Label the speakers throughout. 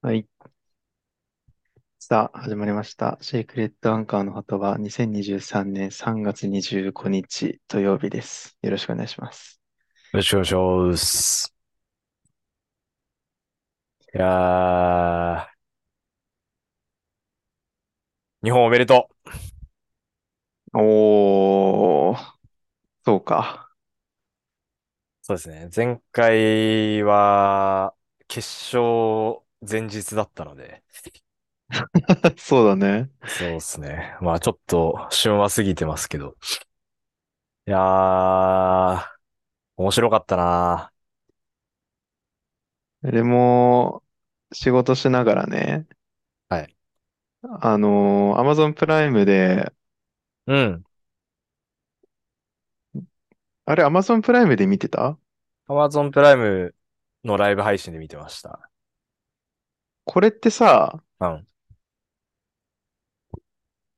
Speaker 1: はい。さあ、始まりました。シークレットアンカーの鳩は2023年3月25日土曜日です。よろしくお願いします。
Speaker 2: よろしくお願いします。いやー、日本おめでとう。
Speaker 1: おー、そうか。
Speaker 2: そうですね。前回は、決勝前日だったので。
Speaker 1: そうだね。
Speaker 2: そうですね。まあちょっと、旬は過ぎてますけど。いやー、面白かったな。
Speaker 1: でも、仕事しながらね、
Speaker 2: はい。
Speaker 1: あのー、Amazon プライムで、
Speaker 2: うん。
Speaker 1: あれ、Amazon プライムで見てた
Speaker 2: Amazon プライムのライブ配信で見てました。
Speaker 1: これってさ、
Speaker 2: うん。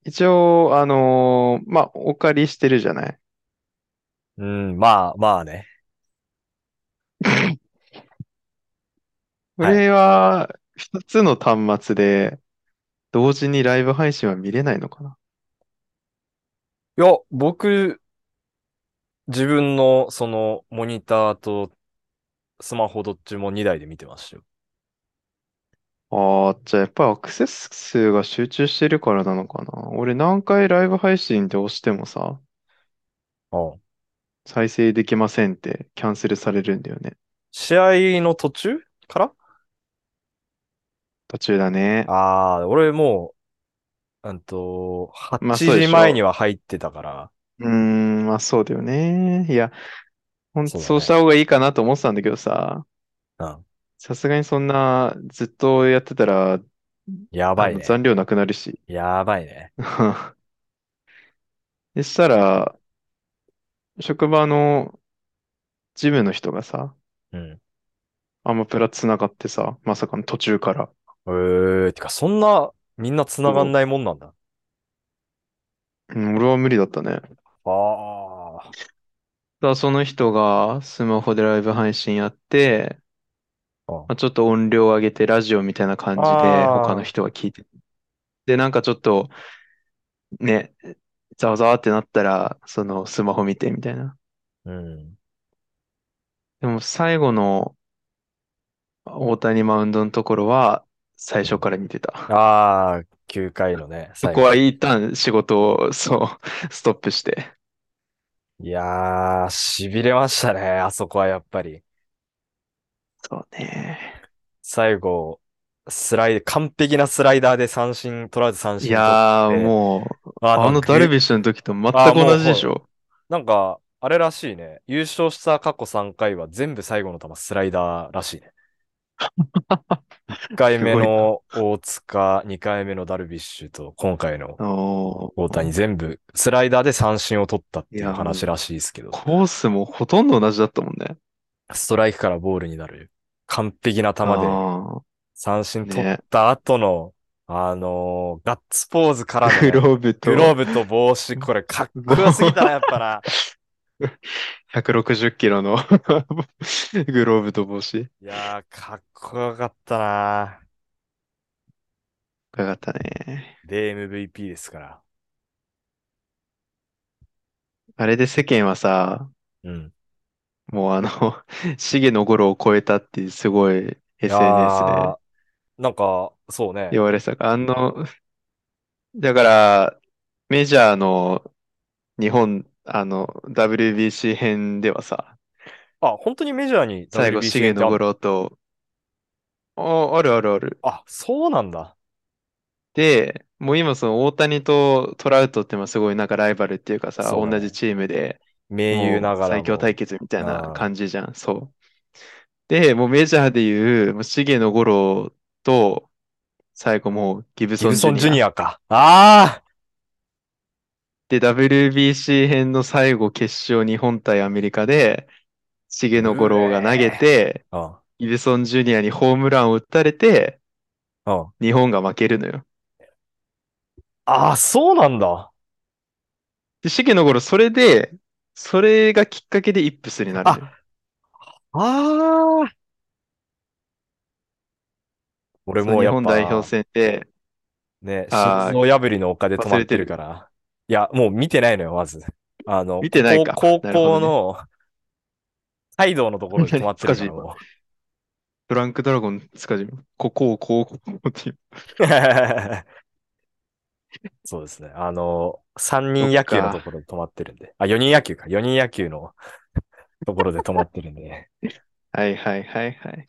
Speaker 1: 一応、あのーまあ、お借りしてるじゃ ない。
Speaker 2: うん、まあ、まあね。
Speaker 1: こ
Speaker 2: はい。
Speaker 1: れは、二つの端末で、同時にライブ配信は見れないのかない
Speaker 2: や、僕、自分の、その、モニターと、スマホどっちも2台で見てましたよ。
Speaker 1: ああ、じゃあやっぱアクセス数が集中してるからなのかな。俺何回ライブ配信で押してもさ、
Speaker 2: うん
Speaker 1: 再生できませんってキャンセルされるんだよね。
Speaker 2: 試合の途中から
Speaker 1: 途中だね。
Speaker 2: ああー、俺もう、うんと、
Speaker 1: まあ
Speaker 2: 8
Speaker 1: そうでし
Speaker 2: 時前に
Speaker 1: ょ。
Speaker 2: は入ってたから、
Speaker 1: うーん、まあそうだよね。いや、ほんと
Speaker 2: そうだ
Speaker 1: そうした
Speaker 2: ね。
Speaker 1: 方がいいかなと思ってたんだけどさ、
Speaker 2: うん。
Speaker 1: さすがにそんなずっとやってたら、
Speaker 2: や
Speaker 1: あ
Speaker 2: ばい
Speaker 1: の
Speaker 2: ね。
Speaker 1: 残量なくなるし。
Speaker 2: やばいね。
Speaker 1: でしたら、職場のジムの人がさ、
Speaker 2: うん。
Speaker 1: アマプラ繋がってさ、まさかの途中から。
Speaker 2: えー、てか、そんな、みんな繋がん
Speaker 1: そ
Speaker 2: ないもんなんだ。
Speaker 1: う。うん俺は無理だったね。
Speaker 2: ああ。
Speaker 1: ただその人がスマホでライブ配信やって、
Speaker 2: あ
Speaker 1: まあ、ちょっと音量上げてラジオみたいな感じで他の
Speaker 2: あー。
Speaker 1: 人が聞いて。で、なんかちょっとね、ざわざわってなったら、そのスマホ見てみたいな。
Speaker 2: うん。
Speaker 1: でも最後の大谷マウンドのところは最初から見てた。
Speaker 2: ああ、9回のね、
Speaker 1: そ
Speaker 2: 最
Speaker 1: こ
Speaker 2: 後
Speaker 1: は
Speaker 2: ね。
Speaker 1: 一旦仕事を、そう、ストップして。
Speaker 2: いやー、痺れましたね、あそこはやっぱり。
Speaker 1: そうね。
Speaker 2: 最後、スライ、完璧なスライダーで三振、取らず三
Speaker 1: い
Speaker 2: 振取っ
Speaker 1: やー、
Speaker 2: て、
Speaker 1: もう、
Speaker 2: あ
Speaker 1: あ
Speaker 2: の
Speaker 1: のダル
Speaker 2: ぐ、
Speaker 1: ビッシュの時と全く
Speaker 2: ああ、も
Speaker 1: 同
Speaker 2: う
Speaker 1: じで
Speaker 2: ほ
Speaker 1: し
Speaker 2: ん、
Speaker 1: ょ。
Speaker 2: なんか、あれらしいね。優勝した過去3回は全部最後の球スライダー らしいね。1回
Speaker 1: す
Speaker 2: 目
Speaker 1: ごいな。
Speaker 2: の大塚、2回目のダルビッシュと、今回の
Speaker 1: お
Speaker 2: 大谷
Speaker 1: ー。
Speaker 2: 全部スライダーで三振を取ったっ
Speaker 1: い
Speaker 2: ていう
Speaker 1: や、も
Speaker 2: 話
Speaker 1: う、
Speaker 2: らしいですけど、
Speaker 1: コースもほとんど同じだったもんね。
Speaker 2: ストライクからボールになる完璧な球で
Speaker 1: ああ、
Speaker 2: 三振取っ
Speaker 1: ね。
Speaker 2: た後の、あのーガッツポーズから
Speaker 1: グ
Speaker 2: の
Speaker 1: ローブ
Speaker 2: グロ
Speaker 1: と、
Speaker 2: ーブと帽子、これかっ
Speaker 1: ぼ
Speaker 2: こよすぎたな、やっぱ な。
Speaker 1: 160キロの グローブと帽子。
Speaker 2: いやー、かっこよかったな。
Speaker 1: よかったね。
Speaker 2: で、MVP ですから。
Speaker 1: あれで世間はさ、
Speaker 2: うん。
Speaker 1: もうあの、 茂野五郎を超えたってすごい
Speaker 2: いや
Speaker 1: SNS で
Speaker 2: ー、なんか、そうね。
Speaker 1: 言われてたから、あの、だから、メジャーの日本、あの、WBC 編ではさ、
Speaker 2: あ、本当にメジャーに
Speaker 1: 最後、
Speaker 2: WBC
Speaker 1: 茂
Speaker 2: 編って
Speaker 1: 野
Speaker 2: あ
Speaker 1: 五
Speaker 2: んの
Speaker 1: 郎と、あ、あるあるある。
Speaker 2: あ、そうなんだ。
Speaker 1: で、もう今その大谷とトラウトって今すごいなんかライバルっていうかさ、
Speaker 2: そうだ
Speaker 1: 同じ
Speaker 2: ね。
Speaker 1: チームで
Speaker 2: 盟友
Speaker 1: も
Speaker 2: な
Speaker 1: う
Speaker 2: がら
Speaker 1: 最強対
Speaker 2: も、
Speaker 1: 決みたいな
Speaker 2: あ
Speaker 1: 感じじゃん、そう。で、もうメジャーでいう、もう茂野吾郎と、最後もうギブ
Speaker 2: ギ
Speaker 1: ソ
Speaker 2: ブ
Speaker 1: ンジ
Speaker 2: ソ
Speaker 1: ュ
Speaker 2: ン
Speaker 1: ニ
Speaker 2: ジュニ
Speaker 1: ア。
Speaker 2: アか。ああ、
Speaker 1: で、WBC 編の最後決勝日本対アメリカで、茂野吾
Speaker 2: う
Speaker 1: 郎が投げ
Speaker 2: え
Speaker 1: て、
Speaker 2: ー。あ
Speaker 1: ギブソンジュニアにホームランを打たれて、
Speaker 2: あ、
Speaker 1: 日本が負けるのよ。
Speaker 2: ああ、そうなんだ。
Speaker 1: で、茂野吾郎、それで、それがきっかけでイップスになるの
Speaker 2: あ、
Speaker 1: よ。
Speaker 2: ああ、俺
Speaker 1: その
Speaker 2: も
Speaker 1: 日
Speaker 2: やっ
Speaker 1: 本代表
Speaker 2: ぱ、
Speaker 1: 戦で、
Speaker 2: ね、心
Speaker 1: あー
Speaker 2: 臓破りのおかげで止
Speaker 1: 忘
Speaker 2: まっ
Speaker 1: れ
Speaker 2: て
Speaker 1: て
Speaker 2: る
Speaker 1: る。
Speaker 2: から。いや、もう見てないのよ、まず。あの、
Speaker 1: 見てない
Speaker 2: 高
Speaker 1: か。
Speaker 2: 高
Speaker 1: なるほ
Speaker 2: 校
Speaker 1: どね。
Speaker 2: のカイドウのところで止
Speaker 1: 何
Speaker 2: まってる
Speaker 1: 塚地
Speaker 2: から、
Speaker 1: 今。
Speaker 2: も
Speaker 1: フランクドラゴン塚地。ここをこう、ここをっていう。
Speaker 2: う。 そうですね。あの、
Speaker 1: そ
Speaker 2: 3人
Speaker 1: っ
Speaker 2: 野球のと
Speaker 1: か。
Speaker 2: ころで止まってるんで。あ、4人野球か。4人野球のところで止まってるんで。
Speaker 1: はいはいはいはい。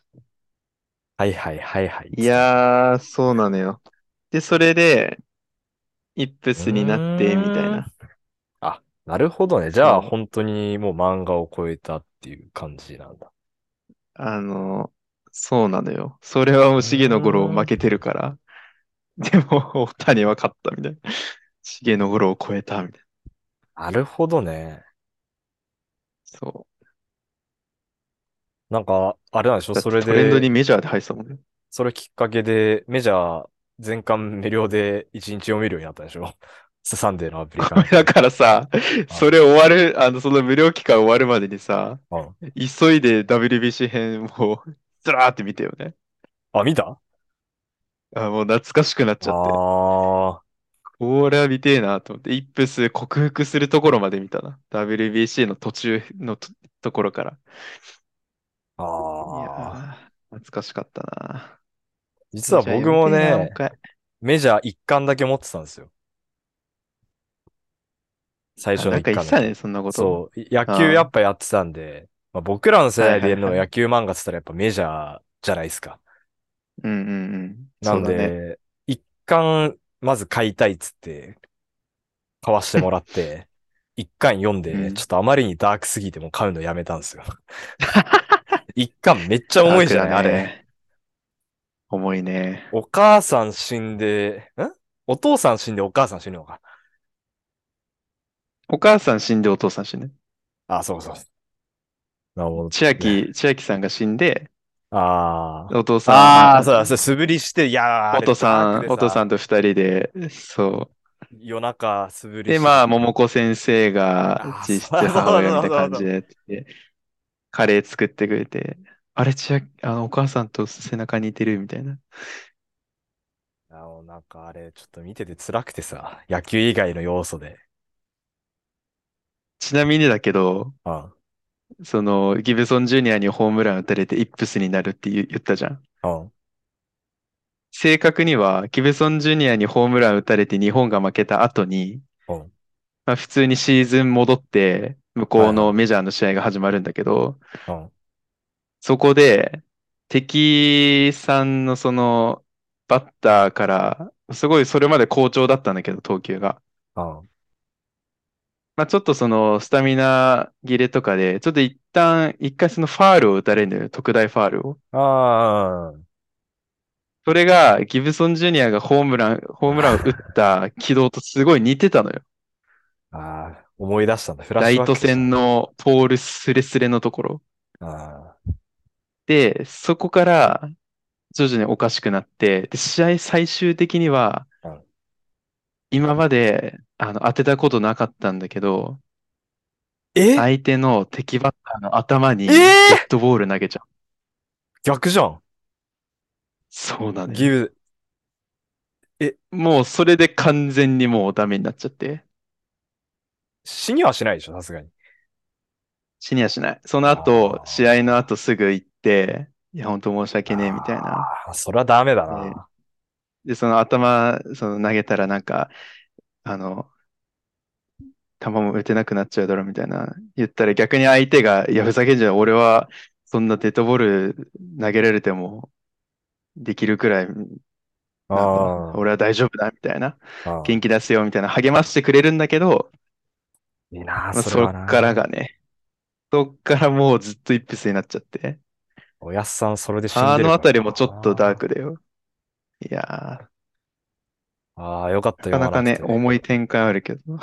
Speaker 2: はいはいはいはい
Speaker 1: い
Speaker 2: っつって。
Speaker 1: やー、そうなのよ。で、それで、イップ
Speaker 2: う
Speaker 1: スになって、みたい
Speaker 2: ーん。
Speaker 1: な。
Speaker 2: あ、なるほどね。じゃあ
Speaker 1: そう。
Speaker 2: 本当にもう漫画を超えたっていう感じなんだ。
Speaker 1: あの、そうなのよ。それはもう
Speaker 2: う
Speaker 1: 重野五郎
Speaker 2: ー
Speaker 1: 負
Speaker 2: ん。
Speaker 1: けてるから。でも、大谷は勝ったみたいな。重野五郎を超えたみたいな。
Speaker 2: なるほどね。
Speaker 1: そ
Speaker 2: なんか、あれなんでしょ
Speaker 1: う。だっ
Speaker 2: そ
Speaker 1: て
Speaker 2: れ
Speaker 1: トレンドに
Speaker 2: で、
Speaker 1: メジャーで入ってたもんね。
Speaker 2: それきっかけで、メジャー全巻無料で1日読めるようになったんでしょ サンデーのアプリ
Speaker 1: こ
Speaker 2: かなん
Speaker 1: れ
Speaker 2: か
Speaker 1: だ
Speaker 2: で。
Speaker 1: からさ、
Speaker 2: あ、
Speaker 1: それ終わる、あの、その無料期間終わるまでにさ、
Speaker 2: あ、
Speaker 1: 急いで WBC 編もう、 ずらーって見てよね。
Speaker 2: あ、見た
Speaker 1: あ、もう懐かしくなっちゃって。
Speaker 2: あー
Speaker 1: これは見てえなと思って、イップス克服するところまで見たな。WBC の途中のと、ところから。いや
Speaker 2: あー。
Speaker 1: ー、懐かしかったな。
Speaker 2: 実
Speaker 1: メ
Speaker 2: は
Speaker 1: ジャー
Speaker 2: 僕
Speaker 1: 読み
Speaker 2: も
Speaker 1: てえな、もう一
Speaker 2: ね、
Speaker 1: 回。
Speaker 2: メジャー1巻だけ持ってたんですよ。最
Speaker 1: あ、
Speaker 2: 初の
Speaker 1: なん
Speaker 2: 1
Speaker 1: か言っ
Speaker 2: 巻
Speaker 1: て
Speaker 2: だ
Speaker 1: た
Speaker 2: け。
Speaker 1: ね、そんなこと。
Speaker 2: そう、野球や
Speaker 1: あ
Speaker 2: っぱやってたんで、まあ、僕らの世
Speaker 1: あ、はい
Speaker 2: 代
Speaker 1: はい
Speaker 2: での
Speaker 1: は
Speaker 2: 野
Speaker 1: い。
Speaker 2: 球漫画っつったらやっぱメジャーじゃないですか。
Speaker 1: うんうんうん。
Speaker 2: な
Speaker 1: そうんだね。
Speaker 2: で、1巻まず買いたいっつって、買わしてもらって、 一巻読ん
Speaker 1: う
Speaker 2: で、ちょっ
Speaker 1: ん。
Speaker 2: とあまりにダークすぎてもう買うのやめたんですよ。 一巻めっちゃ
Speaker 1: ダー
Speaker 2: 重い
Speaker 1: ク
Speaker 2: じゃ
Speaker 1: だ
Speaker 2: ない、あれ。
Speaker 1: ね。重いね。
Speaker 2: お母さん死んで、んお父さん死んでお母さん死ぬのか。
Speaker 1: お母さん死んでお父さん死ぬ。
Speaker 2: あ、そうそうそう。なるほど
Speaker 1: 千
Speaker 2: ね。
Speaker 1: 秋、千秋さんが死んで、
Speaker 2: ああ。
Speaker 1: お父さん、
Speaker 2: ああ、
Speaker 1: あ、
Speaker 2: そうだ、それ素振りして、いやー、あ
Speaker 1: お
Speaker 2: れ
Speaker 1: 父
Speaker 2: ダ
Speaker 1: さ
Speaker 2: ーク
Speaker 1: ん、
Speaker 2: で
Speaker 1: お父さ
Speaker 2: さ、
Speaker 1: んと二人で、そう。
Speaker 2: 夜中素振り
Speaker 1: で、
Speaker 2: して
Speaker 1: まあ、
Speaker 2: て、
Speaker 1: 桃子先生が
Speaker 2: ああ、
Speaker 1: 実
Speaker 2: そう
Speaker 1: 質
Speaker 2: だ、
Speaker 1: 母
Speaker 2: そう
Speaker 1: 親み
Speaker 2: だ、
Speaker 1: たいな
Speaker 2: そ
Speaker 1: 感
Speaker 2: うだ、
Speaker 1: じ
Speaker 2: そう
Speaker 1: でやってて、カレー作ってくれて、あれ、千秋、あの、お母さんと背中似てるみたいな。
Speaker 2: だ。あの、なんかあれ、ちょっと見てて辛くてさ、野球以外の要素で。
Speaker 1: ちなみにだけど、
Speaker 2: うん
Speaker 1: その、ギブソンジュニアにホームラン打たれてイップスになるって言う言ったじゃん。
Speaker 2: うん。
Speaker 1: 正確には、ギブソンジュニアにホームラン打たれて日本が負けた後に、
Speaker 2: うん。
Speaker 1: まあ、普通にシーズン戻って、向こ
Speaker 2: は
Speaker 1: う
Speaker 2: いは
Speaker 1: の
Speaker 2: い。
Speaker 1: メジャーの試合が始まるんだけど、
Speaker 2: うん。
Speaker 1: そこで、敵さんのその、バッターから、すごいそれまで好調だったんだけど、投球が。
Speaker 2: うん。
Speaker 1: まあ、ちょっとその、スタミナ切れとかで、ちょっと一旦、一回そのファールを打たれるんだよ、特大ファールを。
Speaker 2: ああ、
Speaker 1: それが、ギブソンジュニアがホームラン、ホームランを打った軌道とすごい似てたのよ。
Speaker 2: ああ、思い出したんだ。 フラッ
Speaker 1: ラ
Speaker 2: シュ
Speaker 1: イ
Speaker 2: バッ
Speaker 1: ト
Speaker 2: クした
Speaker 1: 線
Speaker 2: んだ。
Speaker 1: のポールスレスレのところ。
Speaker 2: あ
Speaker 1: で、そこから徐々におかしくなって、で、試合最終的には、
Speaker 2: あ、うん
Speaker 1: 今まで、あの、当てたことなかったんだけど、
Speaker 2: え
Speaker 1: 相手の敵バッターの頭にデッ
Speaker 2: ええ
Speaker 1: ドボール投げちゃう。
Speaker 2: 逆じゃん。
Speaker 1: そうなの
Speaker 2: ギ
Speaker 1: よ。
Speaker 2: ブ、え、
Speaker 1: もうそれで完全にもうダメになっちゃって。
Speaker 2: 死にはしないでしょ、さすがに。
Speaker 1: 死にはしない。その後、試合の
Speaker 2: あ
Speaker 1: 後すぐ行って、いや、ほんと申し
Speaker 2: あ、
Speaker 1: 訳ねえ、みたいな。
Speaker 2: ああ、それはダメだ
Speaker 1: で、
Speaker 2: な。
Speaker 1: で、その頭、その投げたらなんか、あの、球も打てなくなっちゃうだろみたいな言ったら逆に相手が、いや、ふざけんじゃない、俺はそんなデッドボール投げられてもできるくらいなんだ、
Speaker 2: あ
Speaker 1: 俺は大丈夫だみたいな、
Speaker 2: あ、あ
Speaker 1: 元
Speaker 2: あ、
Speaker 1: 気出すよみたいな励ましてくれるんだけど、
Speaker 2: いいな、
Speaker 1: まあ、
Speaker 2: それ
Speaker 1: そ
Speaker 2: は
Speaker 1: っから
Speaker 2: な。
Speaker 1: がね、そっからもうずっとイップスになっちゃって、
Speaker 2: おやっさん、それで死ん
Speaker 1: あ
Speaker 2: でる
Speaker 1: のあ
Speaker 2: か
Speaker 1: た
Speaker 2: ら
Speaker 1: りもちょっとダー
Speaker 2: な。
Speaker 1: クだよ。いやー、
Speaker 2: ああ、よかった、
Speaker 1: なか
Speaker 2: 読ま
Speaker 1: な
Speaker 2: な
Speaker 1: か
Speaker 2: く
Speaker 1: ね、
Speaker 2: て。
Speaker 1: 重い展開あるけど。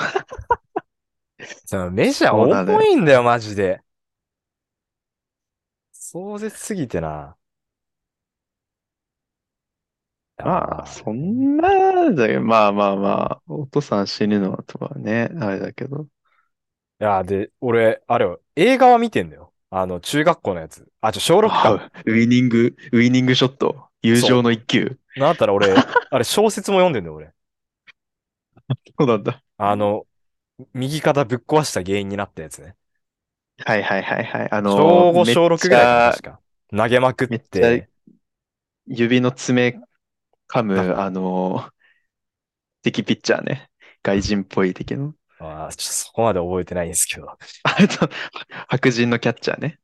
Speaker 2: そのメジャー
Speaker 1: そうなの
Speaker 2: 重
Speaker 1: よ。
Speaker 2: いんだよ、マジで。壮絶すぎてな。
Speaker 1: まあ、
Speaker 2: ああ、
Speaker 1: そんな、だけど、まあまあまあ、お父さん死ぬのとかね、あれだけど。
Speaker 2: いや、で、俺、あれよ、映画は見てんだよ。あの、中学校のやつ。あ、ちょ、小6か。
Speaker 1: あウイニング、ウイニングショット。友情の一球。
Speaker 2: なんだったら 俺、あれ小説も読んでんだよ、俺。
Speaker 1: そうなんだ。
Speaker 2: あの、右肩ぶっ壊した原因になったやつね。
Speaker 1: はいはいはいはい。あの、
Speaker 2: 小5、
Speaker 1: めっ
Speaker 2: 小6ぐらいかな
Speaker 1: ちゃ
Speaker 2: 確か。投げまくっ
Speaker 1: めっちゃ
Speaker 2: て、
Speaker 1: 指の爪噛む、あの、敵ピッチャーね。外人っぽい敵の。
Speaker 2: あーちょっとそこまで覚えてないんですけど。
Speaker 1: あれと、白人のキャッチャーね。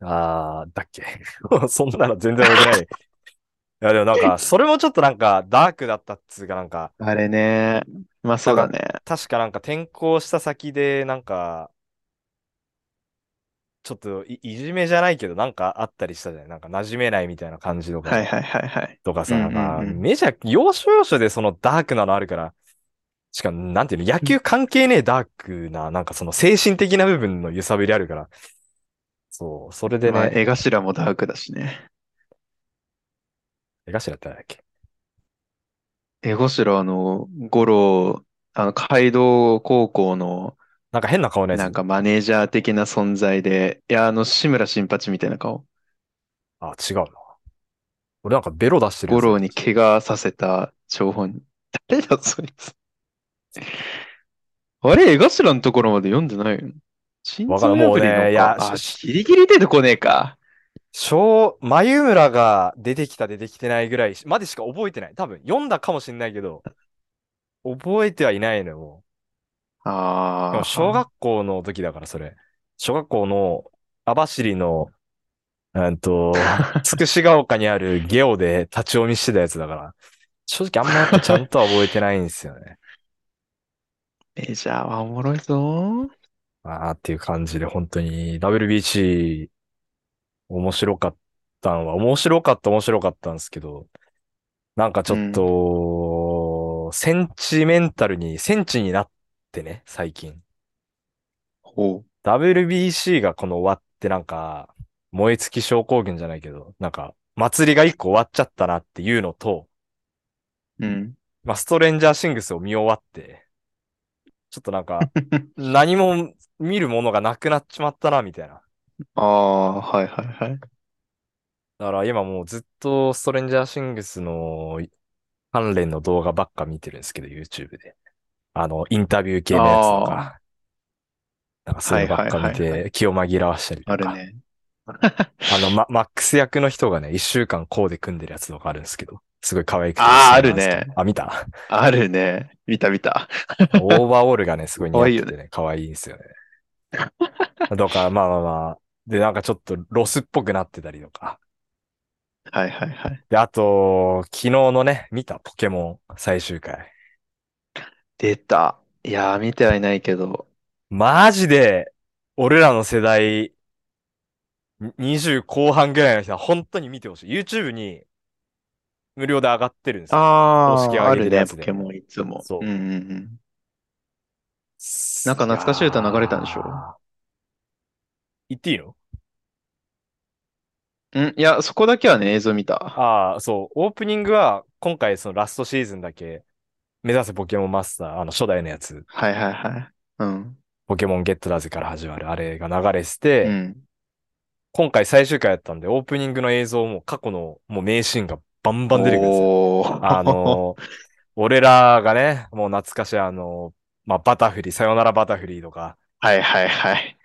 Speaker 2: あー、だっけ。 そんなの全然覚えてない。いや、でもなんか、それもちょっとなんか、ダークだったっつうかなんか、
Speaker 1: あれね。まあそうだね。
Speaker 2: 確かなんか転校した先で、なんか、ちょっとい、いじめじゃないけど、なんかあったりしたじゃないなんか馴染めないみたいな感じとか、
Speaker 1: はいはいはいはい。
Speaker 2: とかさ、
Speaker 1: うん
Speaker 2: な
Speaker 1: うんん
Speaker 2: か、
Speaker 1: うん
Speaker 2: メジャー、要所要所でそのダークなのあるから、しかも、なんていうの、野球関係ねえダークな、なんかその精神的な部分の揺さぶりあるから、そう、それで
Speaker 1: まあ、
Speaker 2: ね、
Speaker 1: 絵頭もダークだしね。
Speaker 2: 江頭ってなんだっけ
Speaker 1: 絵頭、あの、五郎、あの、街道高校の、
Speaker 2: なんか変な顔のやつ。
Speaker 1: なんかマネージャー的な存在で、いや、あの、志村新八みたいな顔。
Speaker 2: あ、違うな。俺なんかベロ出してるや
Speaker 1: 五
Speaker 2: つ。
Speaker 1: 郎に怪我させた張本。 誰だ、そいつ。あれ、絵頭のところまで読んでないの心
Speaker 2: わかん
Speaker 1: 臓
Speaker 2: ないもう
Speaker 1: 破りの
Speaker 2: ねいや
Speaker 1: あ、
Speaker 2: し
Speaker 1: ギリギリ出てこねえか。
Speaker 2: 小、眉村が出てきた出てきてないぐらいしまでしか覚えてない。多分読んだかもしんないけど、覚えてはいないのよ、もう。で
Speaker 1: あ
Speaker 2: も
Speaker 1: あ。
Speaker 2: 小学校の時だから、それ。小学校の網走の、うんと、つくしが丘にあるゲオで立ち読みしてたやつだから、正直あんまやっぱちゃんとは覚えてないんですよね。
Speaker 1: メジャーはおもろいぞ。
Speaker 2: あーっていう感じで、本当に WBC 面白かったんは、面白かった面白かったんですけど、なんかちょっと、センチメンタルに、センチになってね、最近。
Speaker 1: ほ
Speaker 2: WBC がこの終わってなんか、燃え尽き症候群じゃないけど、なんか、祭りが一個終わっちゃったなっていうのと、
Speaker 1: う。うん。
Speaker 2: まあ、ストレンジャーシングスを見終わって、ちょっとなんか、何も見るものがなくなっちまったな、みたいな。
Speaker 1: ああ、はいはいはい。
Speaker 2: だから今もうずっとストレンジャーシングスの関連の動画ばっか見てるんですけど、YouTube で。あの、インタビュー系のやつとか。なんかそういうのばっか見
Speaker 1: はいはいはい
Speaker 2: て気を紛らわしたりと
Speaker 1: ある
Speaker 2: か。
Speaker 1: ね。
Speaker 2: あの、ママックス役の人がね、一週間コーデ組んでるやつとかあるんですけど、すごい可愛くて
Speaker 1: あー
Speaker 2: 一緒なんですけど
Speaker 1: あるね
Speaker 2: あ、見た
Speaker 1: あるね。見た見た。
Speaker 2: オーバーオールがね、すごい似合
Speaker 1: 可愛
Speaker 2: っててね、可愛いんですよね。だから、まあまあまあ。で、なんかちょっとロスっぽくなってたりとか。
Speaker 1: はいはいはい。
Speaker 2: で、あと、昨日のね、見たポケモン最終回。
Speaker 1: 出た。いやー、見てはいないけど。
Speaker 2: マジで、俺らの世代、に20後半ぐらいの人は本当に見てほしい。YouTube に無料で上がってるんですよ。
Speaker 1: あ
Speaker 2: 公式
Speaker 1: あ
Speaker 2: 上げて
Speaker 1: る
Speaker 2: る
Speaker 1: ね、
Speaker 2: やつ
Speaker 1: ポ
Speaker 2: で
Speaker 1: ケモンいつも。
Speaker 2: そう
Speaker 1: うんうんうん。なんか懐かしい歌流れたんでしょ
Speaker 2: いやー言っていいの
Speaker 1: うん、いや、そこだけはね、映像見た。
Speaker 2: ああ、そう。オープニングは、今回そのラストシーズンだけ、目指せポケモンマスター、あの初代のやつ、
Speaker 1: はいはいはい。うん。
Speaker 2: ポケモンゲットだぜから始まる、あれが流れて
Speaker 1: う
Speaker 2: て、
Speaker 1: ん。
Speaker 2: 今回最終回やったんで、オープニングの映像も過去のもう名シーンがバンバン出てくるんですよ。
Speaker 1: おー
Speaker 2: あ、の、俺らがね、もう懐かしいあの、まあ、バタフリー、さよならバタフリーとか、
Speaker 1: はいはいはい。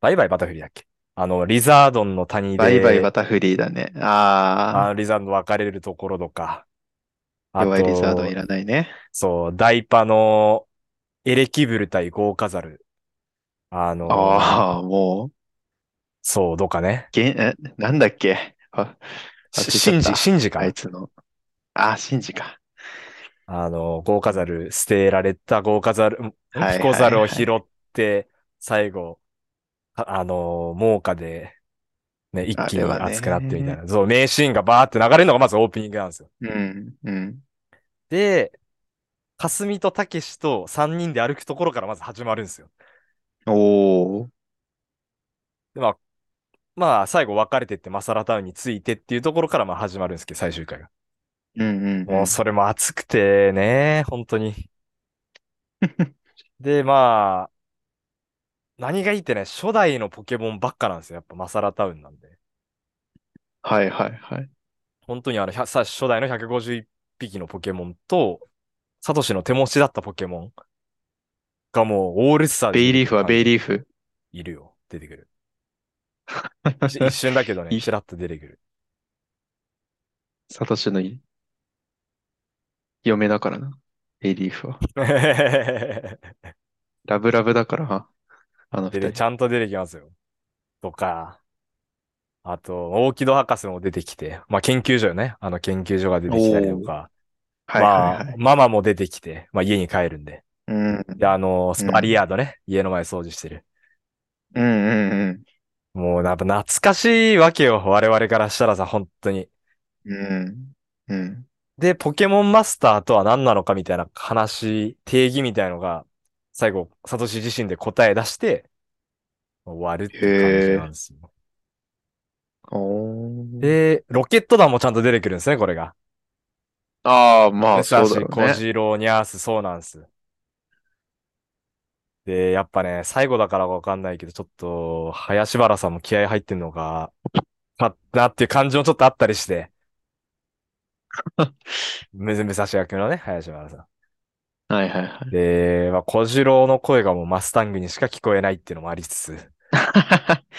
Speaker 2: バイバイバタフリーだっけあの、リザードンの谷
Speaker 1: バイバイ
Speaker 2: で
Speaker 1: バ、タフリーだね。あ
Speaker 2: あのリザードンと別れるところとか、
Speaker 1: あ、
Speaker 2: あ
Speaker 1: 弱いリザード
Speaker 2: と
Speaker 1: ンいらないね。
Speaker 2: そう、ダイパのエレキブル対ゴーカザル、あの、
Speaker 1: ああ、もう、
Speaker 2: そう、とかね、
Speaker 1: げん、え、なんだっけ。あ、忘
Speaker 2: しシン
Speaker 1: れちゃ
Speaker 2: ジ、
Speaker 1: った
Speaker 2: シンジか
Speaker 1: あいつの。あ、シンジか。
Speaker 2: あの、豪華ザル、捨てられた豪華ザル、ん
Speaker 1: はいはい
Speaker 2: ピコザルを拾って、最後、ああの、猛火で、ね、一気に
Speaker 1: あれはね
Speaker 2: 熱くなってみたいな。そう、名シーンがバーって流れるのがまずオープニングなんですよ。
Speaker 1: うん、うん。
Speaker 2: で、かすみとたけしと3人で歩くところからまず始まるんですよ。
Speaker 1: おー。
Speaker 2: で、まあ、まあ、最後別れてってマサラタウンについてっていうところからまあ始まるんですけど、最終回が。
Speaker 1: うんうん
Speaker 2: も
Speaker 1: うん
Speaker 2: うそれも熱くてね、本当に。で、まあ、何がいいってね、初代のポケモンばっかなんですよ。やっぱマサラタウンなんで。
Speaker 1: はいはいはい。
Speaker 2: 本当にあの、ひゃさ初代の151匹のポケモンと、サトシの手持ちだったポケモンがもうオールスターで
Speaker 1: ベイリーフはベイリーフ。
Speaker 2: いるよ。出てくる。一一瞬だけどね、
Speaker 1: い
Speaker 2: ちらっと出て くる。
Speaker 1: サトシのい嫁だからな。ベイリーフは。ラブラブだから、あの
Speaker 2: で
Speaker 1: 二
Speaker 2: ち
Speaker 1: 人。
Speaker 2: ゃんと出てきますよ。とか、あと、大木戸博士も出てきて、まあ研究所よね。あの研究所が出てきたりとか、
Speaker 1: はい
Speaker 2: ま
Speaker 1: はい
Speaker 2: あ
Speaker 1: はい。、
Speaker 2: ママも出てきて、まあ家に帰るんで。
Speaker 1: うん。
Speaker 2: で、あの、スパリヤードね、家の前掃除してる。
Speaker 1: うんうん
Speaker 2: もう、やっぱ懐かしいわけよ。我々からしたらさ、本当に。
Speaker 1: うん。うん。うん。
Speaker 2: で、ポケモンマスターとは何なのかみたいな話、定義みたいのが、最後、サトシ自身で答え出して、終わるっていう感じなんですよ。
Speaker 1: おー
Speaker 2: で、ロケット弾もちゃんと出てくるんですね、これが。
Speaker 1: ああ、まあ、
Speaker 2: 武蔵、
Speaker 1: そうだろう
Speaker 2: 小
Speaker 1: ね。
Speaker 2: 次郎、ニャース、そうなんです。で、やっぱね、最後だからわかんないけど、ちょっと、林原さんも気合入ってんのか、ま、なっていう感じもちょっとあったりして。 むず武蔵役のね、林原さん。
Speaker 1: はいはいはい。
Speaker 2: で、まあ、小次郎の声がもうマスタングにしか聞こえないっていうのもありつつ、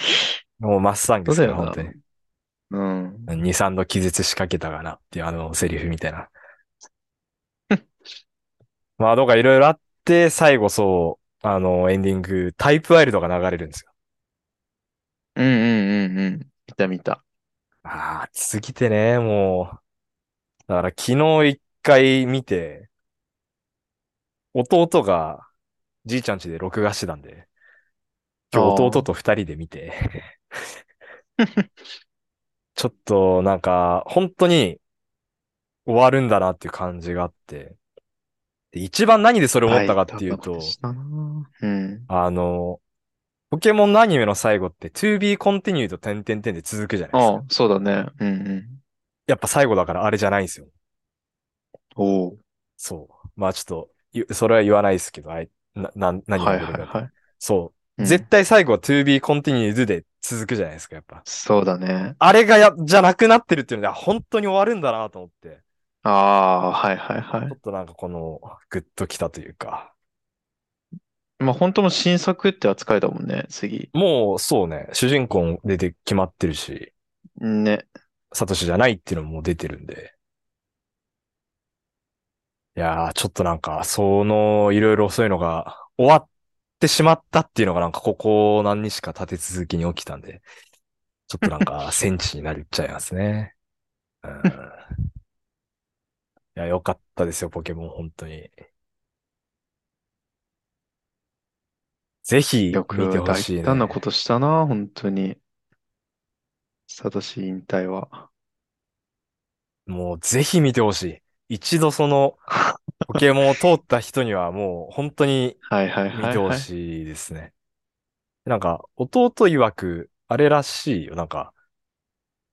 Speaker 2: もうマスタングですね、
Speaker 1: そうだ
Speaker 2: 本
Speaker 1: よ
Speaker 2: 当
Speaker 1: な
Speaker 2: に。
Speaker 1: うん。
Speaker 2: 2、3度気絶しかけたかなっていうあのセリフみたいな。 まあ、どうかいろいろあって、最後そう、あの、エンディング、タイプワイルドが流れるんですよ。
Speaker 1: うんうんうんうん。見た見た。
Speaker 2: ああ、すぎてね、もう。だから昨日一回見て、弟が、じいちゃん家で録画してたんで、今
Speaker 1: あ
Speaker 2: 日
Speaker 1: ー
Speaker 2: 弟と二人で見て、ちょっとなんか、本当に終わるんだなっていう感じがあって、で一番何でそれ思ったかっていう
Speaker 1: は
Speaker 2: と、
Speaker 1: い高橋だなうん。
Speaker 2: あの、ポケモンのアニメの最後って To be continued と点々点で続くじゃないです
Speaker 1: あ
Speaker 2: か
Speaker 1: あ。、そうだね。うんうん。
Speaker 2: やっぱ最後だからあれじゃないんですよ。
Speaker 1: おお。
Speaker 2: そう。まあちょっとゆ、それは言わないですけど、あい、な、なん、何を
Speaker 1: はい
Speaker 2: 言ってるか
Speaker 1: はいはい。
Speaker 2: そうう。
Speaker 1: ん
Speaker 2: 絶対最後は to be continued で続くじゃないですか、やっぱ。
Speaker 1: そうだね。
Speaker 2: あれがや、じゃなくなってるっていうので、あ本当に終わるんだなと思って、
Speaker 1: ああ、はいはいは
Speaker 2: ちょっとなんかこの、グッときたというか、
Speaker 1: い。まあ本当も新作って扱いだもんね、次。
Speaker 2: もうそうね、主人公も出て決まってるし、
Speaker 1: ね。
Speaker 2: サトシじゃないっていうのももう出てるんで。いやー、ちょっとなんか、その、いろいろそういうのが終わってしまったっていうのがなんか、ここ何日か立て続けに起きたんで、ちょっとなん か、センチになりっちゃいますね。うん。いや、よかったですよ、ポケモン、本当に。ぜひ、
Speaker 1: よく
Speaker 2: 見てほ
Speaker 1: 大
Speaker 2: しいね。
Speaker 1: 胆なことしたな、本当に。サトシ引退は。
Speaker 2: もうぜひ見てほしい。一度その、ポケモンを通った人にはもう本当に
Speaker 1: はいはいはい
Speaker 2: 見てほ
Speaker 1: はい。
Speaker 2: しいですね。なんか、弟曰く、あれらしいよ。なんか、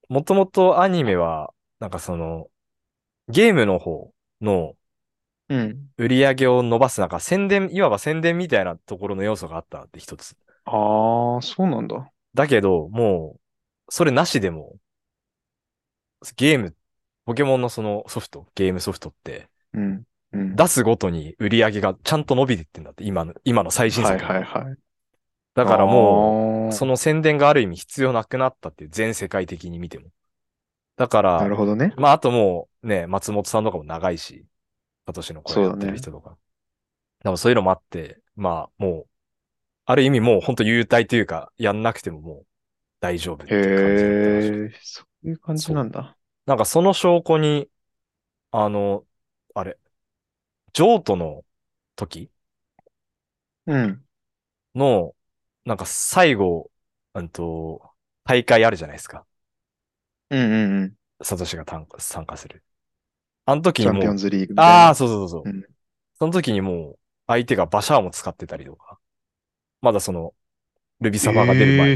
Speaker 2: もともとアニメは、なんかその、ゲームの方の
Speaker 1: うん。
Speaker 2: 売り上げを伸ばす、なんか宣伝、いわば宣伝みたいなところの要素があったって一つ。
Speaker 1: ああ、そうなんだ。
Speaker 2: だけど、もう、それなしでも、ゲーム、ポケモンのそのソフト、ゲームソフトって、
Speaker 1: うん。うん。
Speaker 2: 出すごとに売り上げがちゃんと伸びてってんだって、今の、今の最新
Speaker 1: はい
Speaker 2: 作。
Speaker 1: はいはい。
Speaker 2: だから
Speaker 1: あ
Speaker 2: もう、
Speaker 1: ー
Speaker 2: その宣伝がある意味必要なくなったっていう、全世界的に見ても。だか
Speaker 1: なる
Speaker 2: ら、
Speaker 1: ほどね。
Speaker 2: まああともうね、松本さんとかも長いし、サトシの声やってる人とか。でもそういうのもあって、まあもう、ある意味もう本当優待というか、やんなくてももう大丈夫って
Speaker 1: へ
Speaker 2: いう感じだったらしい
Speaker 1: え、そういう感じなんだ。
Speaker 2: なんかその証拠に、あの、あれ、譲渡の時
Speaker 1: うん。
Speaker 2: の、なんか最後、うんと、大会あるじゃないですか。
Speaker 1: うんうんうん。
Speaker 2: サトシが参加参加する。あの時
Speaker 1: チ
Speaker 2: に
Speaker 1: ャン
Speaker 2: も
Speaker 1: ピオ
Speaker 2: う
Speaker 1: ン、ズリーグみたいな
Speaker 2: ああ、そうそうそうそう。
Speaker 1: うん
Speaker 2: その時にもう、相手がバシャーも使ってたりとか、まだその、ルビサファーが出る前。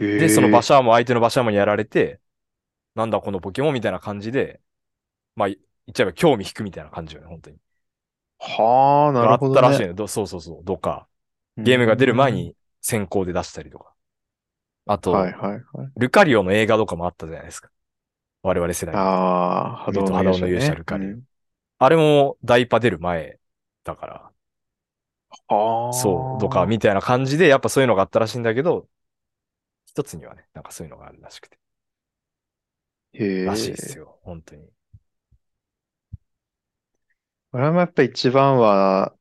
Speaker 1: えー。
Speaker 2: で、その
Speaker 1: 場
Speaker 2: バ
Speaker 1: 所
Speaker 2: シャーも相手のバシャーもやられて、なんだこのポケモンみたいな感じで、まあ、言っちゃえば興味引くみたいな感じよね、本当に。
Speaker 1: はあ、なるほど
Speaker 2: あったらしい
Speaker 1: ね。
Speaker 2: のどそうそうそう、どっか。ゲームが出る前に先行で出したりとか。あ
Speaker 1: うん。
Speaker 2: と、
Speaker 1: はいはいはい。
Speaker 2: ルカリオの映画とかもあったじゃないですか。我々世代。
Speaker 1: ああ、波動
Speaker 2: 波動の勇者ルカリあれもダイパ出る前だから、
Speaker 1: ああ。
Speaker 2: そう、とか、みたいな感じで、やっぱそういうのがあったらしいんだけど、一つにはね、なんかそういうのがあるらしくて。
Speaker 1: へえ。
Speaker 2: らしいですよ、本当に。
Speaker 1: 俺もやっぱ一番は、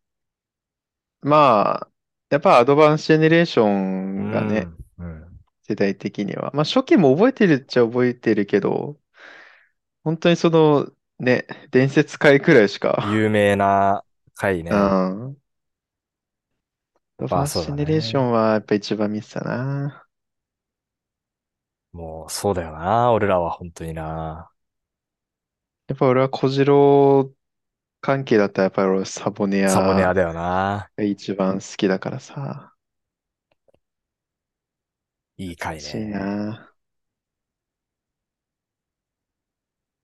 Speaker 1: まあ、やっぱアドバンスジェネレーションがね、
Speaker 2: うん。うん。
Speaker 1: 世代的には。まあ初期も覚えてるっちゃ覚えてるけど、本当にその、ね、伝説界くらいしか。
Speaker 2: 有名な回ね。
Speaker 1: うん。アドバンス
Speaker 2: そう
Speaker 1: ジ
Speaker 2: だ
Speaker 1: ェ
Speaker 2: ね
Speaker 1: ネレーションはやっぱ一番見てたな。
Speaker 2: もう、そうだよな、俺らは本当にな。
Speaker 1: やっぱ俺は小次郎関係だったらやっぱり俺サボネ
Speaker 2: サボネ
Speaker 1: ア
Speaker 2: アだよな。
Speaker 1: が一番好きだからさ。
Speaker 2: いい回
Speaker 1: 嬉しい
Speaker 2: ね。
Speaker 1: な。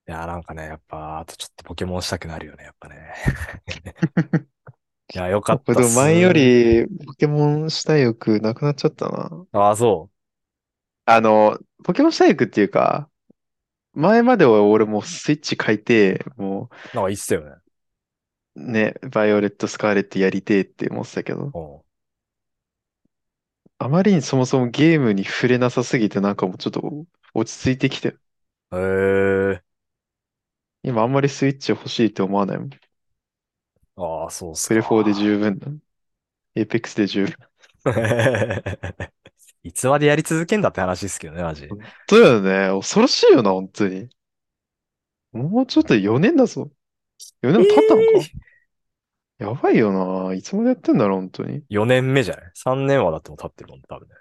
Speaker 2: いや、なんかね、やっぱ、あとちょっとポケモンしたくなるよね、やっぱね。 いや、よかった
Speaker 1: け
Speaker 2: っ
Speaker 1: ど
Speaker 2: す。
Speaker 1: 前よ。りポケモンしたい欲なくなっちゃったな。
Speaker 2: ああ、そ
Speaker 1: あの、ポケモンしたい欲っていうか、前までは俺もうスイッチ変えて、も
Speaker 2: う。なんか言ってたよね。
Speaker 1: うね、バイオレット、スカーレットやりてえって思ってたけど、
Speaker 2: うん。
Speaker 1: あまりにそもそもゲームに触れなさすぎてなんかもうちょっと落ち着いてきて、
Speaker 2: えー、
Speaker 1: 今あんまりスイッチ欲しいって思わないもん。
Speaker 2: ああ、そうっす
Speaker 1: プレ
Speaker 2: か
Speaker 1: 4で十分だ。エイペックスで十分。
Speaker 2: いつまでやり続けんだって話ですけどね、マジ。
Speaker 1: そうだよね。恐ろしいよな、本当に。もうちょっと4年だぞ。4年も経ったのか、やばいよな。いつまでやってんだろう、本当に。い
Speaker 2: 4年目じゃない ?3 年はだってもう経ってるもん、多分ね。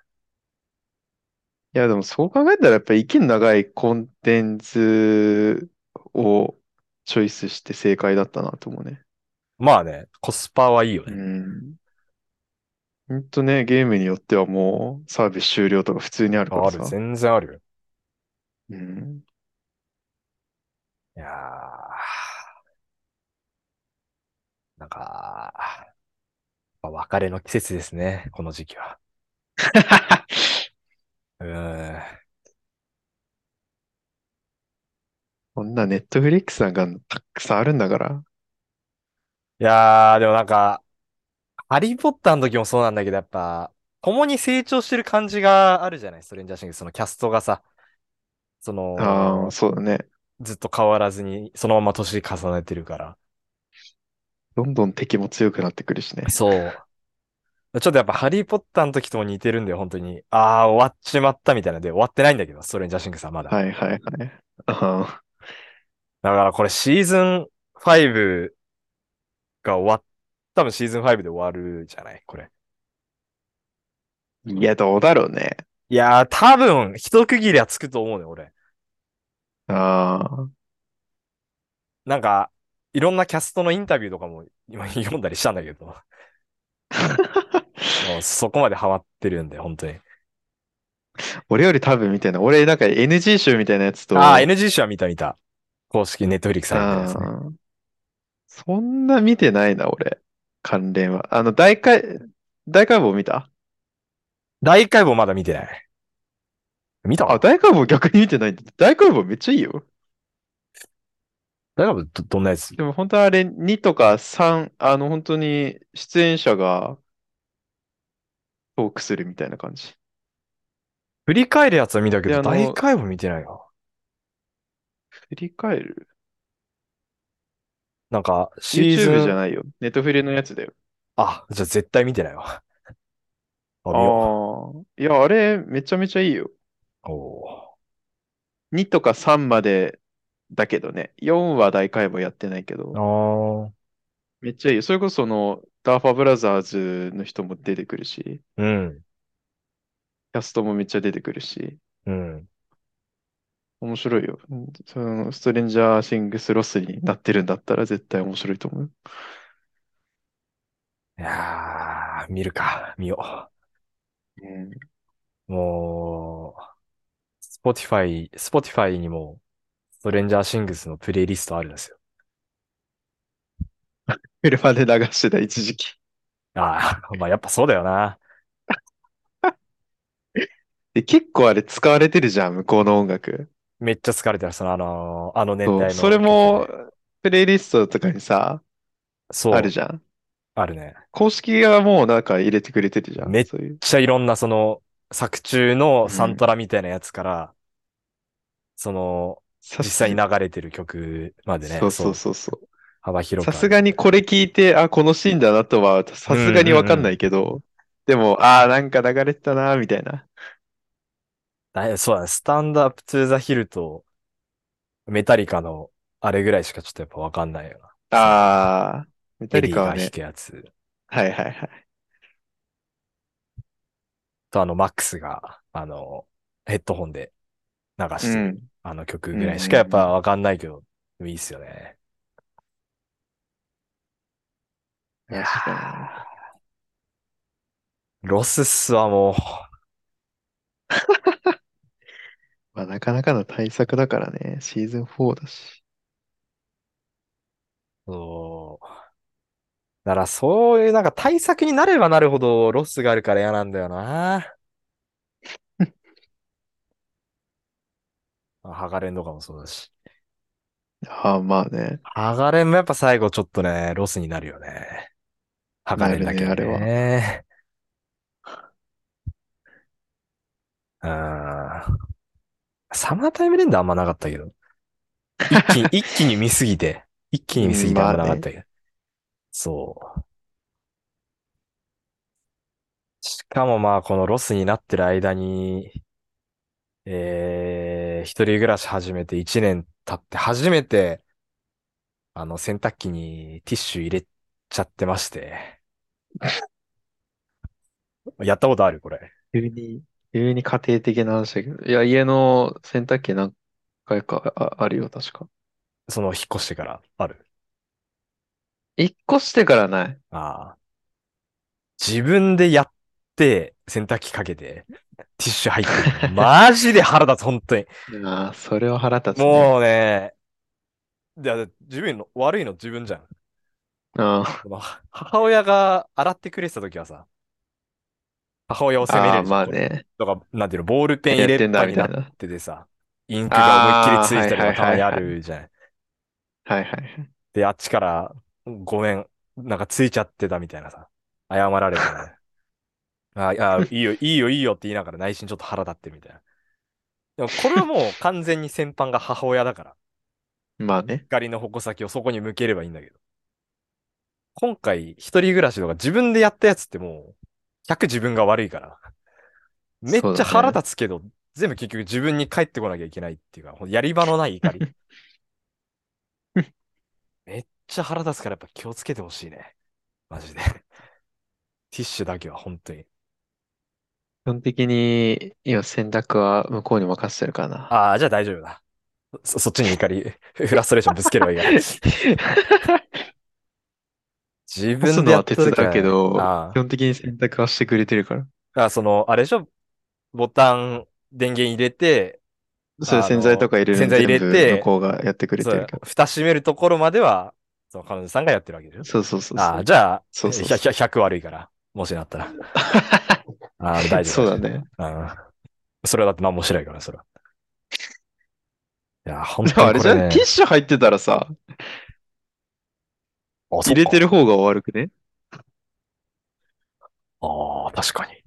Speaker 1: や、でもそう考えたらやっぱり息の長いコンテンツをチョイスして正解だったなと思うね。
Speaker 2: まあね、コスパはいいよ
Speaker 1: う
Speaker 2: ね。
Speaker 1: ん。ほんとね、ゲームによってはもうサービス終了とか普通にあるか
Speaker 2: ああ
Speaker 1: ら
Speaker 2: る、
Speaker 1: さ。
Speaker 2: 全然あるよ。
Speaker 1: うん。
Speaker 2: いやーなんか、まあ別れの季節ですね、この時期は。うーん。
Speaker 1: こんなネットフリックスなんかたくさんあるんだから。
Speaker 2: いやー、でもなんか、ハリーポッターの時もそうなんだけど、やっぱ、共に成長してる感じがあるじゃないストレンジャーシングス、そのキャストがさ、そ
Speaker 1: あ
Speaker 2: の
Speaker 1: あ、、そうだね。
Speaker 2: ずっと変わらずに、そのまま年重ねてるから。
Speaker 1: どんどん敵も強くなってくるしね。
Speaker 2: そう。ちょっとやっぱハリーポッターの時とも似てるんだよ、本当に。ああ、終わっちまったみたいな。で、終わってないんだけど、ストレンジャーシングスはまだ。
Speaker 1: はいはいはい。あ
Speaker 2: だからこれシーズン5が終わっ、多分シーズン5で終わるじゃないこれ。
Speaker 1: ーいや、どうだろうね。
Speaker 2: いやー、多分、一区切りはつくと思うね、俺。
Speaker 1: あ
Speaker 2: なんか、いろんなキャストのインタビューとかも今読んだりしたんだ けど、も
Speaker 1: あ。
Speaker 2: うそこまでハマってるんで、本当に。
Speaker 1: 俺より多分みたいな。俺なんか NG 集みたいなやつと。
Speaker 2: ああ、NG 賞は見た見た。公式ネットフリックスされてですね。
Speaker 1: あーそんな見てないな、俺。関連は。あの、大解、大解剖見た
Speaker 2: 大解剖まだ見てない。見た
Speaker 1: あ、大解剖逆に見てないんだ。大解剖めっちゃいいよ。
Speaker 2: 大解剖ど、どんなやつ
Speaker 1: でも本当はあれ、2とか3、あの、本当に出演者がトークするみたいな感じ。
Speaker 2: 振り返るやつは見たけ
Speaker 1: いや
Speaker 2: ど、
Speaker 1: あの
Speaker 2: 大解剖見てないな。
Speaker 1: 振り返る
Speaker 2: なんか、シーズ
Speaker 1: YouTube じゃ
Speaker 2: ン、
Speaker 1: ないよ。ネットフリのやつだよ。
Speaker 2: あ、じゃあ絶対見てないわ。あ、見よ
Speaker 1: ああ。いや、あれ、めちゃめちゃいいよ。
Speaker 2: う。お
Speaker 1: 2とか3までだけどね。4は大解剖やってないけど。
Speaker 2: ーあ
Speaker 1: めっちゃいいよ。それこそ、その、ダーファブラザーズの人も出てくるし、キ
Speaker 2: ーうん、
Speaker 1: ャストもめっちゃ出てくるし、
Speaker 2: うん。
Speaker 1: 面白いよ。うんその、ストレンジャーシングスロスになってるんだったら絶対面白いと思う。
Speaker 2: いやー、見るか、見よ
Speaker 1: うん。
Speaker 2: う。もう、スポティファイ、スポティファイにも、ストレンジャーシングスのプレイリストあるんですよ。
Speaker 1: 車で流してた、一時期。
Speaker 2: あ あ、まあやっぱそうだよな。
Speaker 1: で、結構あれ使われてるじゃん、向こうの音楽。
Speaker 2: めっちゃ疲れてる、その、あのーあの年
Speaker 1: そう
Speaker 2: 代の。
Speaker 1: それも、、プレイリストとかにさ、
Speaker 2: そう、
Speaker 1: あるじゃん。
Speaker 2: あるね。めっ
Speaker 1: 公式がもうなんか入れてくれてるじゃん。
Speaker 2: めっ
Speaker 1: そういう。
Speaker 2: ちゃいろんな、その、作中のサントラみたいなやつから、その、
Speaker 1: 実
Speaker 2: 実際に流れてる曲までね、
Speaker 1: そうそうそうそう。
Speaker 2: 幅広くあ
Speaker 1: さ
Speaker 2: る。
Speaker 1: すがにこれ聞いて、あ、このシーンだなとは、さすがにわかんないけど、でも、あーなんか流れてたな、みたいな。
Speaker 2: だそうだね、スタンドアップトゥーザヒルと、メタリカの、あれぐらいしかちょっとやっぱわかんないよな。
Speaker 1: あー、メタ
Speaker 2: メ
Speaker 1: リカは
Speaker 2: が弾
Speaker 1: ね、
Speaker 2: くやつ。
Speaker 1: はいはいはい。
Speaker 2: と、あの、マックスが、あの、ヘッドホンで流して
Speaker 1: う
Speaker 2: る、
Speaker 1: ん。
Speaker 2: あの曲ぐらいしかやっぱわかんないけど、でもいいっすよね。いやー
Speaker 1: 確か
Speaker 2: ロススはもう、
Speaker 1: に。まあ、なかなかの対策だからね、シーズン4だし。
Speaker 2: そう。だからそういうなんか対策になればなるほどロスがあるから嫌なんだ よな。ハガレンとかもそうだし。
Speaker 1: ああ、まあね。
Speaker 2: ハガレンもやっぱ最後ちょっとね、ロスになるよね。ハガレンだけは
Speaker 1: なるねあ
Speaker 2: ね。うん。サマータイム連打あんまなかったけど。一気 に、一気に見すぎて。一気に見すぎてあんまなかったけど。そう。しかもまあ、このロスになってる間に、えー、一人暮らし始めて1年経って初めて、あの、洗濯機にティッシュ入れちゃってま して。やったことあるこれ。
Speaker 1: 急に、急に家庭的な話だけど。いや、家の洗濯機何回かあ、あるよ、確か。
Speaker 2: その、引っ越してから。ある。
Speaker 1: 一個してからない。
Speaker 2: ああ。自分でやって、洗濯機かけて、ティッシュ入っ てるの。マジで腹立つ、本当に。
Speaker 1: ああ、それは腹立つね。
Speaker 2: もうね、いや、自分の、悪いの自分じゃん。
Speaker 1: うん。
Speaker 2: そのは母親が洗ってくれてた時はさ、母親を責めれ
Speaker 1: ああ、
Speaker 2: るじゃん
Speaker 1: まあ
Speaker 2: こう
Speaker 1: ね。
Speaker 2: とか、なんていうの、ボールペン入
Speaker 1: や
Speaker 2: れ
Speaker 1: って
Speaker 2: っ
Speaker 1: ん
Speaker 2: ぱ
Speaker 1: だ、
Speaker 2: に
Speaker 1: み
Speaker 2: な
Speaker 1: た
Speaker 2: っ
Speaker 1: いな。
Speaker 2: ててさ、インクが思いっきりついたりと
Speaker 1: あ
Speaker 2: か
Speaker 1: ー
Speaker 2: たまにあ
Speaker 1: はいはいはい
Speaker 2: るじゃん。
Speaker 1: はいはいはい。
Speaker 2: で、あっちから、ごめん、なんかついちゃってたみたいなさ、謝られてね。 ああ、いいよ、いいよ、いいよって言いながら内心ちょっと腹立ってるみたいな。でもこれはもう完全に先般が母親だから。
Speaker 1: まあね。
Speaker 2: 光の矛先をそこに向ければいいんだけど。今回、一人暮らしとか自分でやったやつってもう、100自分が悪いから。めっ
Speaker 1: そう
Speaker 2: ち
Speaker 1: だ
Speaker 2: ゃ
Speaker 1: ね
Speaker 2: 腹立つけど、全部結局自分に返ってこなきゃいけないっていうか、ほんとやり場のない怒 り。めっちゃ腹立つからやっぱ気をつけてほしいね。マジで。ティッシュだけは本当に。
Speaker 1: 基本的に、今選択は向こうに任せてるからな。
Speaker 2: ああ、じゃあ大丈夫だ。そ、そっちに怒り、フラストレーションぶつければい いから。自
Speaker 1: 干す
Speaker 2: 分
Speaker 1: の
Speaker 2: でや
Speaker 1: は
Speaker 2: った
Speaker 1: 手
Speaker 2: 時
Speaker 1: 伝うけど、
Speaker 2: ああ
Speaker 1: 基本的に選択はしてくれてるから。
Speaker 2: だからその、あれでしょボタン、電源入れて、
Speaker 1: それ
Speaker 2: あの
Speaker 1: 洗剤とか入れるの
Speaker 2: 洗剤入れ
Speaker 1: 全部
Speaker 2: て
Speaker 1: 向こうがやってくれて
Speaker 2: そう
Speaker 1: るから。
Speaker 2: 蓋閉めるところまでは、その彼女さんがやってるわけでしょ
Speaker 1: そうそうそう
Speaker 2: あ
Speaker 1: そ
Speaker 2: あ、
Speaker 1: う。
Speaker 2: じゃあ、
Speaker 1: そうそうそう
Speaker 2: ひゃひゃ 100, 悪いから、もしなっ たら。ああ、大丈夫。
Speaker 1: そうだね。
Speaker 2: うん。それはだって何もしないから、それは。いや、本
Speaker 1: で
Speaker 2: 当
Speaker 1: もあ
Speaker 2: に
Speaker 1: れ
Speaker 2: こ
Speaker 1: じゃ
Speaker 2: れ、
Speaker 1: ん、
Speaker 2: ね。
Speaker 1: ティッシュ入ってたらさ、
Speaker 2: あそっ
Speaker 1: 入れて
Speaker 2: る。
Speaker 1: る方が悪くね
Speaker 2: ああ、確かに。
Speaker 1: う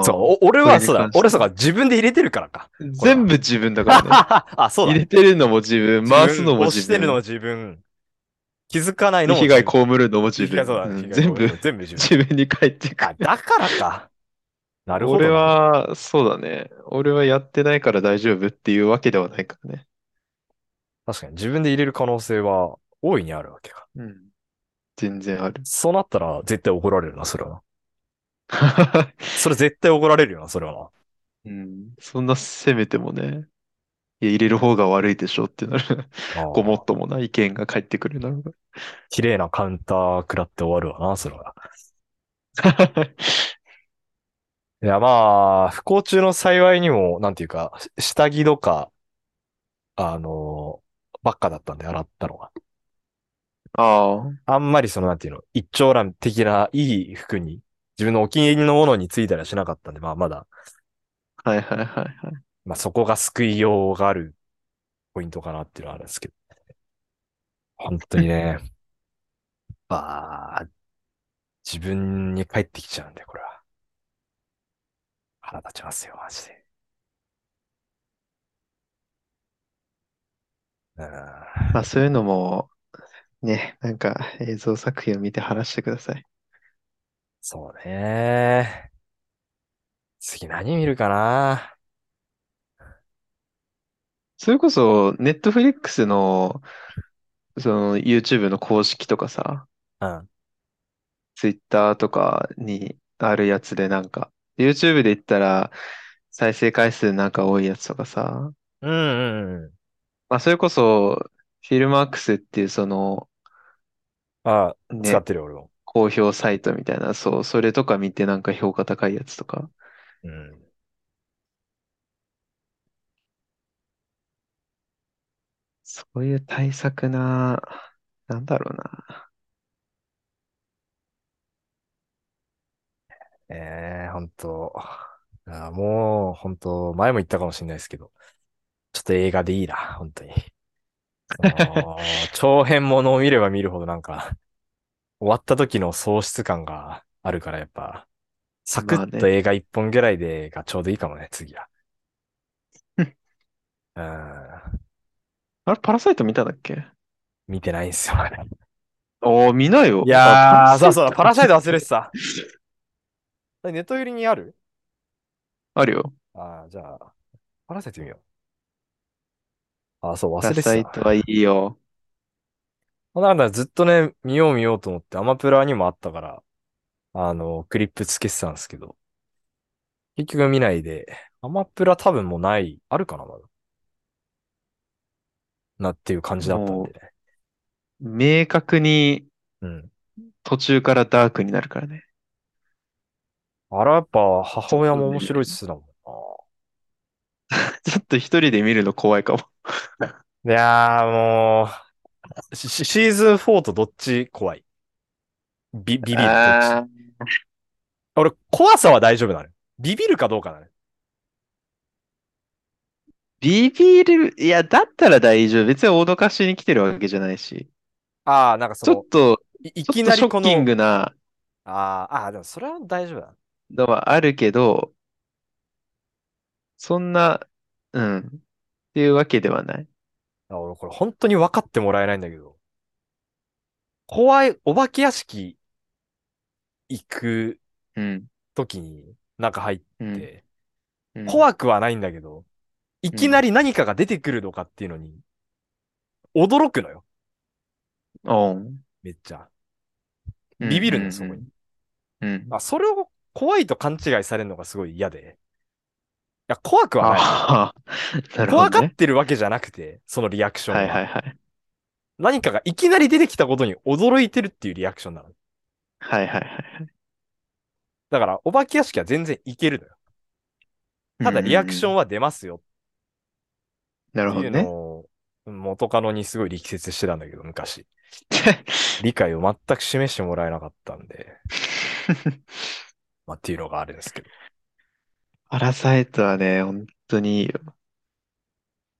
Speaker 1: ん
Speaker 2: そう、お俺はそ
Speaker 1: そうれに関
Speaker 2: だ
Speaker 1: し。て
Speaker 2: 俺そうか、自分で入れてるからか。
Speaker 1: 全部自分だからね。
Speaker 2: あ、 そうだ
Speaker 1: 入。れてるのも自分、回すのも
Speaker 2: 押
Speaker 1: 自
Speaker 2: してるのも
Speaker 1: 分、
Speaker 2: 自分。気づかないのも
Speaker 1: 被
Speaker 2: 自分。
Speaker 1: 害被るのも自
Speaker 2: 被害
Speaker 1: 分。
Speaker 2: そうだ
Speaker 1: うん
Speaker 2: 被害
Speaker 1: 全部
Speaker 2: そうだ全部自分。
Speaker 1: 自分に返ってく
Speaker 2: あ、
Speaker 1: る。
Speaker 2: だからか。なるほど。
Speaker 1: 俺、は、そうだね。俺はやってないから大丈夫っていうわけではないからね。
Speaker 2: 確かに自分で入れる可能性は大いにあるわけか。
Speaker 1: うん。全然ある。
Speaker 2: そうなったら絶対怒られるな、それは。それ絶対怒られるよな、それはな。
Speaker 1: うん。そんな責めてもね、いや入れる方が悪いでしょってな る。
Speaker 2: あー
Speaker 1: ごもっともな意見が返ってくるな。
Speaker 2: 綺麗なカウンター食らって終わるわな、それは。いや、まあ、不幸中の幸いにも、なんていうか、し下着とか、あのーばっかだったんで、洗ったのが。
Speaker 1: ああ。
Speaker 2: あんまりその、なんていうの、一長蘭的ないい服に、自分のお気に入りのものについたりはしなかったんで、まあ、まだ
Speaker 1: はいはいはいはい。
Speaker 2: まあそこが救いようがあるポイントかなっていうのはあるんですけど。本当に ね、まあ、自分に返ってきちゃうんで、これは。腹立ちますよ、マジで。うん
Speaker 1: まあそういうのも、ね、なんか映像作品を見て話してください。
Speaker 2: そうね。次何見るかな
Speaker 1: それこそ、ネットフリックスの、その YouTube の公式とかさ、
Speaker 2: うん。
Speaker 1: Twitter とかにあるやつでなんか、YouTube で言ったら、再生回数なんか多いやつとかさ、
Speaker 2: うんうんうん。
Speaker 1: まあそれこそ、フィルマークスっていうその、
Speaker 2: あ、使
Speaker 1: ね
Speaker 2: っ、てるよ俺も。
Speaker 1: 公表サイトみたいな、そう、それとか見てなんか評価高いやつとか。
Speaker 2: うん。
Speaker 1: そういう対策な、なんだろうな。
Speaker 2: ええー、本当。あーもう、本当、前も言ったかもしれないですけど、ちょっと映画でいいな、本当に。そ の長編ものを見れば見るほどなんか、終わった時の喪失感があるから、やっぱ、サク
Speaker 1: まあ
Speaker 2: ッ
Speaker 1: ね
Speaker 2: と映画一本ぐらいでがちょうどいいかもね、次 は。
Speaker 1: うん
Speaker 2: うん。
Speaker 1: あれ、パラサイト見たんだっけ
Speaker 2: 見てないんすよ、まだ
Speaker 1: おー、見ないよ。
Speaker 2: いや
Speaker 1: あ
Speaker 2: ー、そうそう、パラサイ
Speaker 1: ト。
Speaker 2: ト忘れてた。ネット売りにある
Speaker 1: あるよ。
Speaker 2: ああ、じゃあ、パラサイト見よう。ああ、そう、
Speaker 1: パラ
Speaker 2: 忘れて
Speaker 1: サイ
Speaker 2: た。
Speaker 1: トはいいよ。
Speaker 2: なんだ、ずっとね、見よう見ようと思って、アマプラにもあったから、あの、クリップつけてたんですけど、結局見ないで、アマプラ多分もうない、あるかな、まだ。なっていう感じだったんでね。
Speaker 1: 明確に
Speaker 2: うん。
Speaker 1: 途中からダークになるからね。
Speaker 2: あら、やっぱ、母親も面白いっすだもん
Speaker 1: ちょっと一人で見るの怖いかも。
Speaker 2: な。いやー、もう、シシシーズン4とどっち怖いビ、ビビるどっち
Speaker 1: あ
Speaker 2: 俺、怖さは大丈夫なのよ。ビビるかどうかなのよ。
Speaker 1: ービビる、いや、だったら大丈夫。別に脅かしに来てるわけじゃないし。
Speaker 2: ああ、なんかそ
Speaker 1: ちょ
Speaker 2: の
Speaker 1: っ、と、
Speaker 2: いい
Speaker 1: ちょ
Speaker 2: き
Speaker 1: っと
Speaker 2: な
Speaker 1: ショ
Speaker 2: りこ
Speaker 1: ッキン
Speaker 2: の、
Speaker 1: グな
Speaker 2: あーあー、でもそれは大丈夫だな。
Speaker 1: のはあるけど、そんな、うん、っていうわけではない。
Speaker 2: あ俺、これ本当に分かってもらえないんだけど。怖い、お化け屋敷行く
Speaker 1: うん、
Speaker 2: 時に中入っ
Speaker 1: うん、
Speaker 2: て、
Speaker 1: うん
Speaker 2: 怖くはないんだけど、いきなり何かが出てくるのかっていうのに、驚くのよ。
Speaker 1: おん
Speaker 2: めっちゃ。
Speaker 1: うん
Speaker 2: ビビる
Speaker 1: う
Speaker 2: のよ、
Speaker 1: ん
Speaker 2: そこに。
Speaker 1: うん。
Speaker 2: あ、それを怖いと勘違いされるのがすごい嫌で。いや、怖くはない。
Speaker 1: ああ、なるほ
Speaker 2: 怖
Speaker 1: ど
Speaker 2: がっ
Speaker 1: ね。
Speaker 2: てるわけじゃなくて、そのリアクション
Speaker 1: は
Speaker 2: は。
Speaker 1: いはいはい。
Speaker 2: 何かがいきなり出てきたことに驚いてるっていうリアクションなの。
Speaker 1: はいはいはい。
Speaker 2: だから、お化け屋敷は全然いけるのよ。ただ、リアクショ
Speaker 1: ン。
Speaker 2: ンは出ますよ
Speaker 1: なる
Speaker 2: って
Speaker 1: ほ
Speaker 2: い
Speaker 1: ど
Speaker 2: う
Speaker 1: ね。
Speaker 2: のを、元カノにすごい力説してたんだけ ど、昔。理解を全く示してもらえなかったんで、 まあ、っていうのがあるんですけど。
Speaker 1: パラサイトはね、本当にいいよ。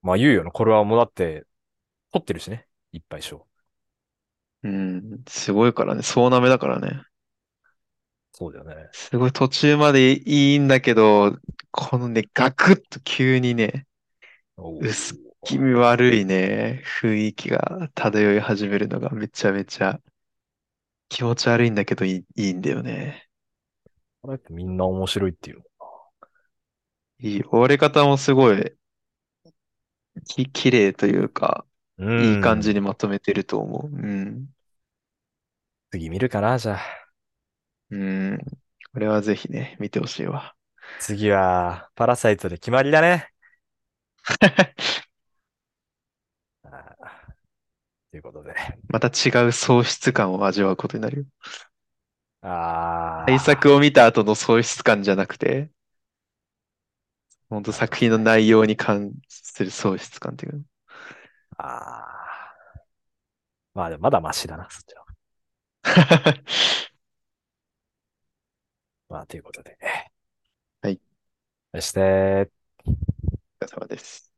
Speaker 2: まあ、言うよな。これはもうだって、撮ってるしね。いっぱい賞。
Speaker 1: うん、すごいからね。総なめだからね。
Speaker 2: そうだよね。
Speaker 1: すごい途中までいいんだけど、このね、ガクッと急にね、
Speaker 2: おう
Speaker 1: 薄気味悪いね、雰囲気が漂い始めるのがめちゃめちゃ気持ち悪いんだけどいい、いいんだよね。
Speaker 2: これってみんな面白いっていうの。
Speaker 1: いい。終わり方もすごい、き、綺麗というか、
Speaker 2: うん。
Speaker 1: いい感じにまとめてると思う。うん。
Speaker 2: 次見るかな、じゃあ。
Speaker 1: うん。これはぜひね、見てほしいわ。
Speaker 2: 次は、パラサイトで決まりだね。あーということで。
Speaker 1: また違う喪失感を味わうことになるよ。
Speaker 2: ああ。
Speaker 1: 対策を見た後の喪失感じゃなくて、本当作品の内容に関する喪失感っていうか。
Speaker 2: ああ。まあでもまだマシだな、そっちの方が。まあということで。
Speaker 1: はい。
Speaker 2: そして、
Speaker 1: お疲れ様です。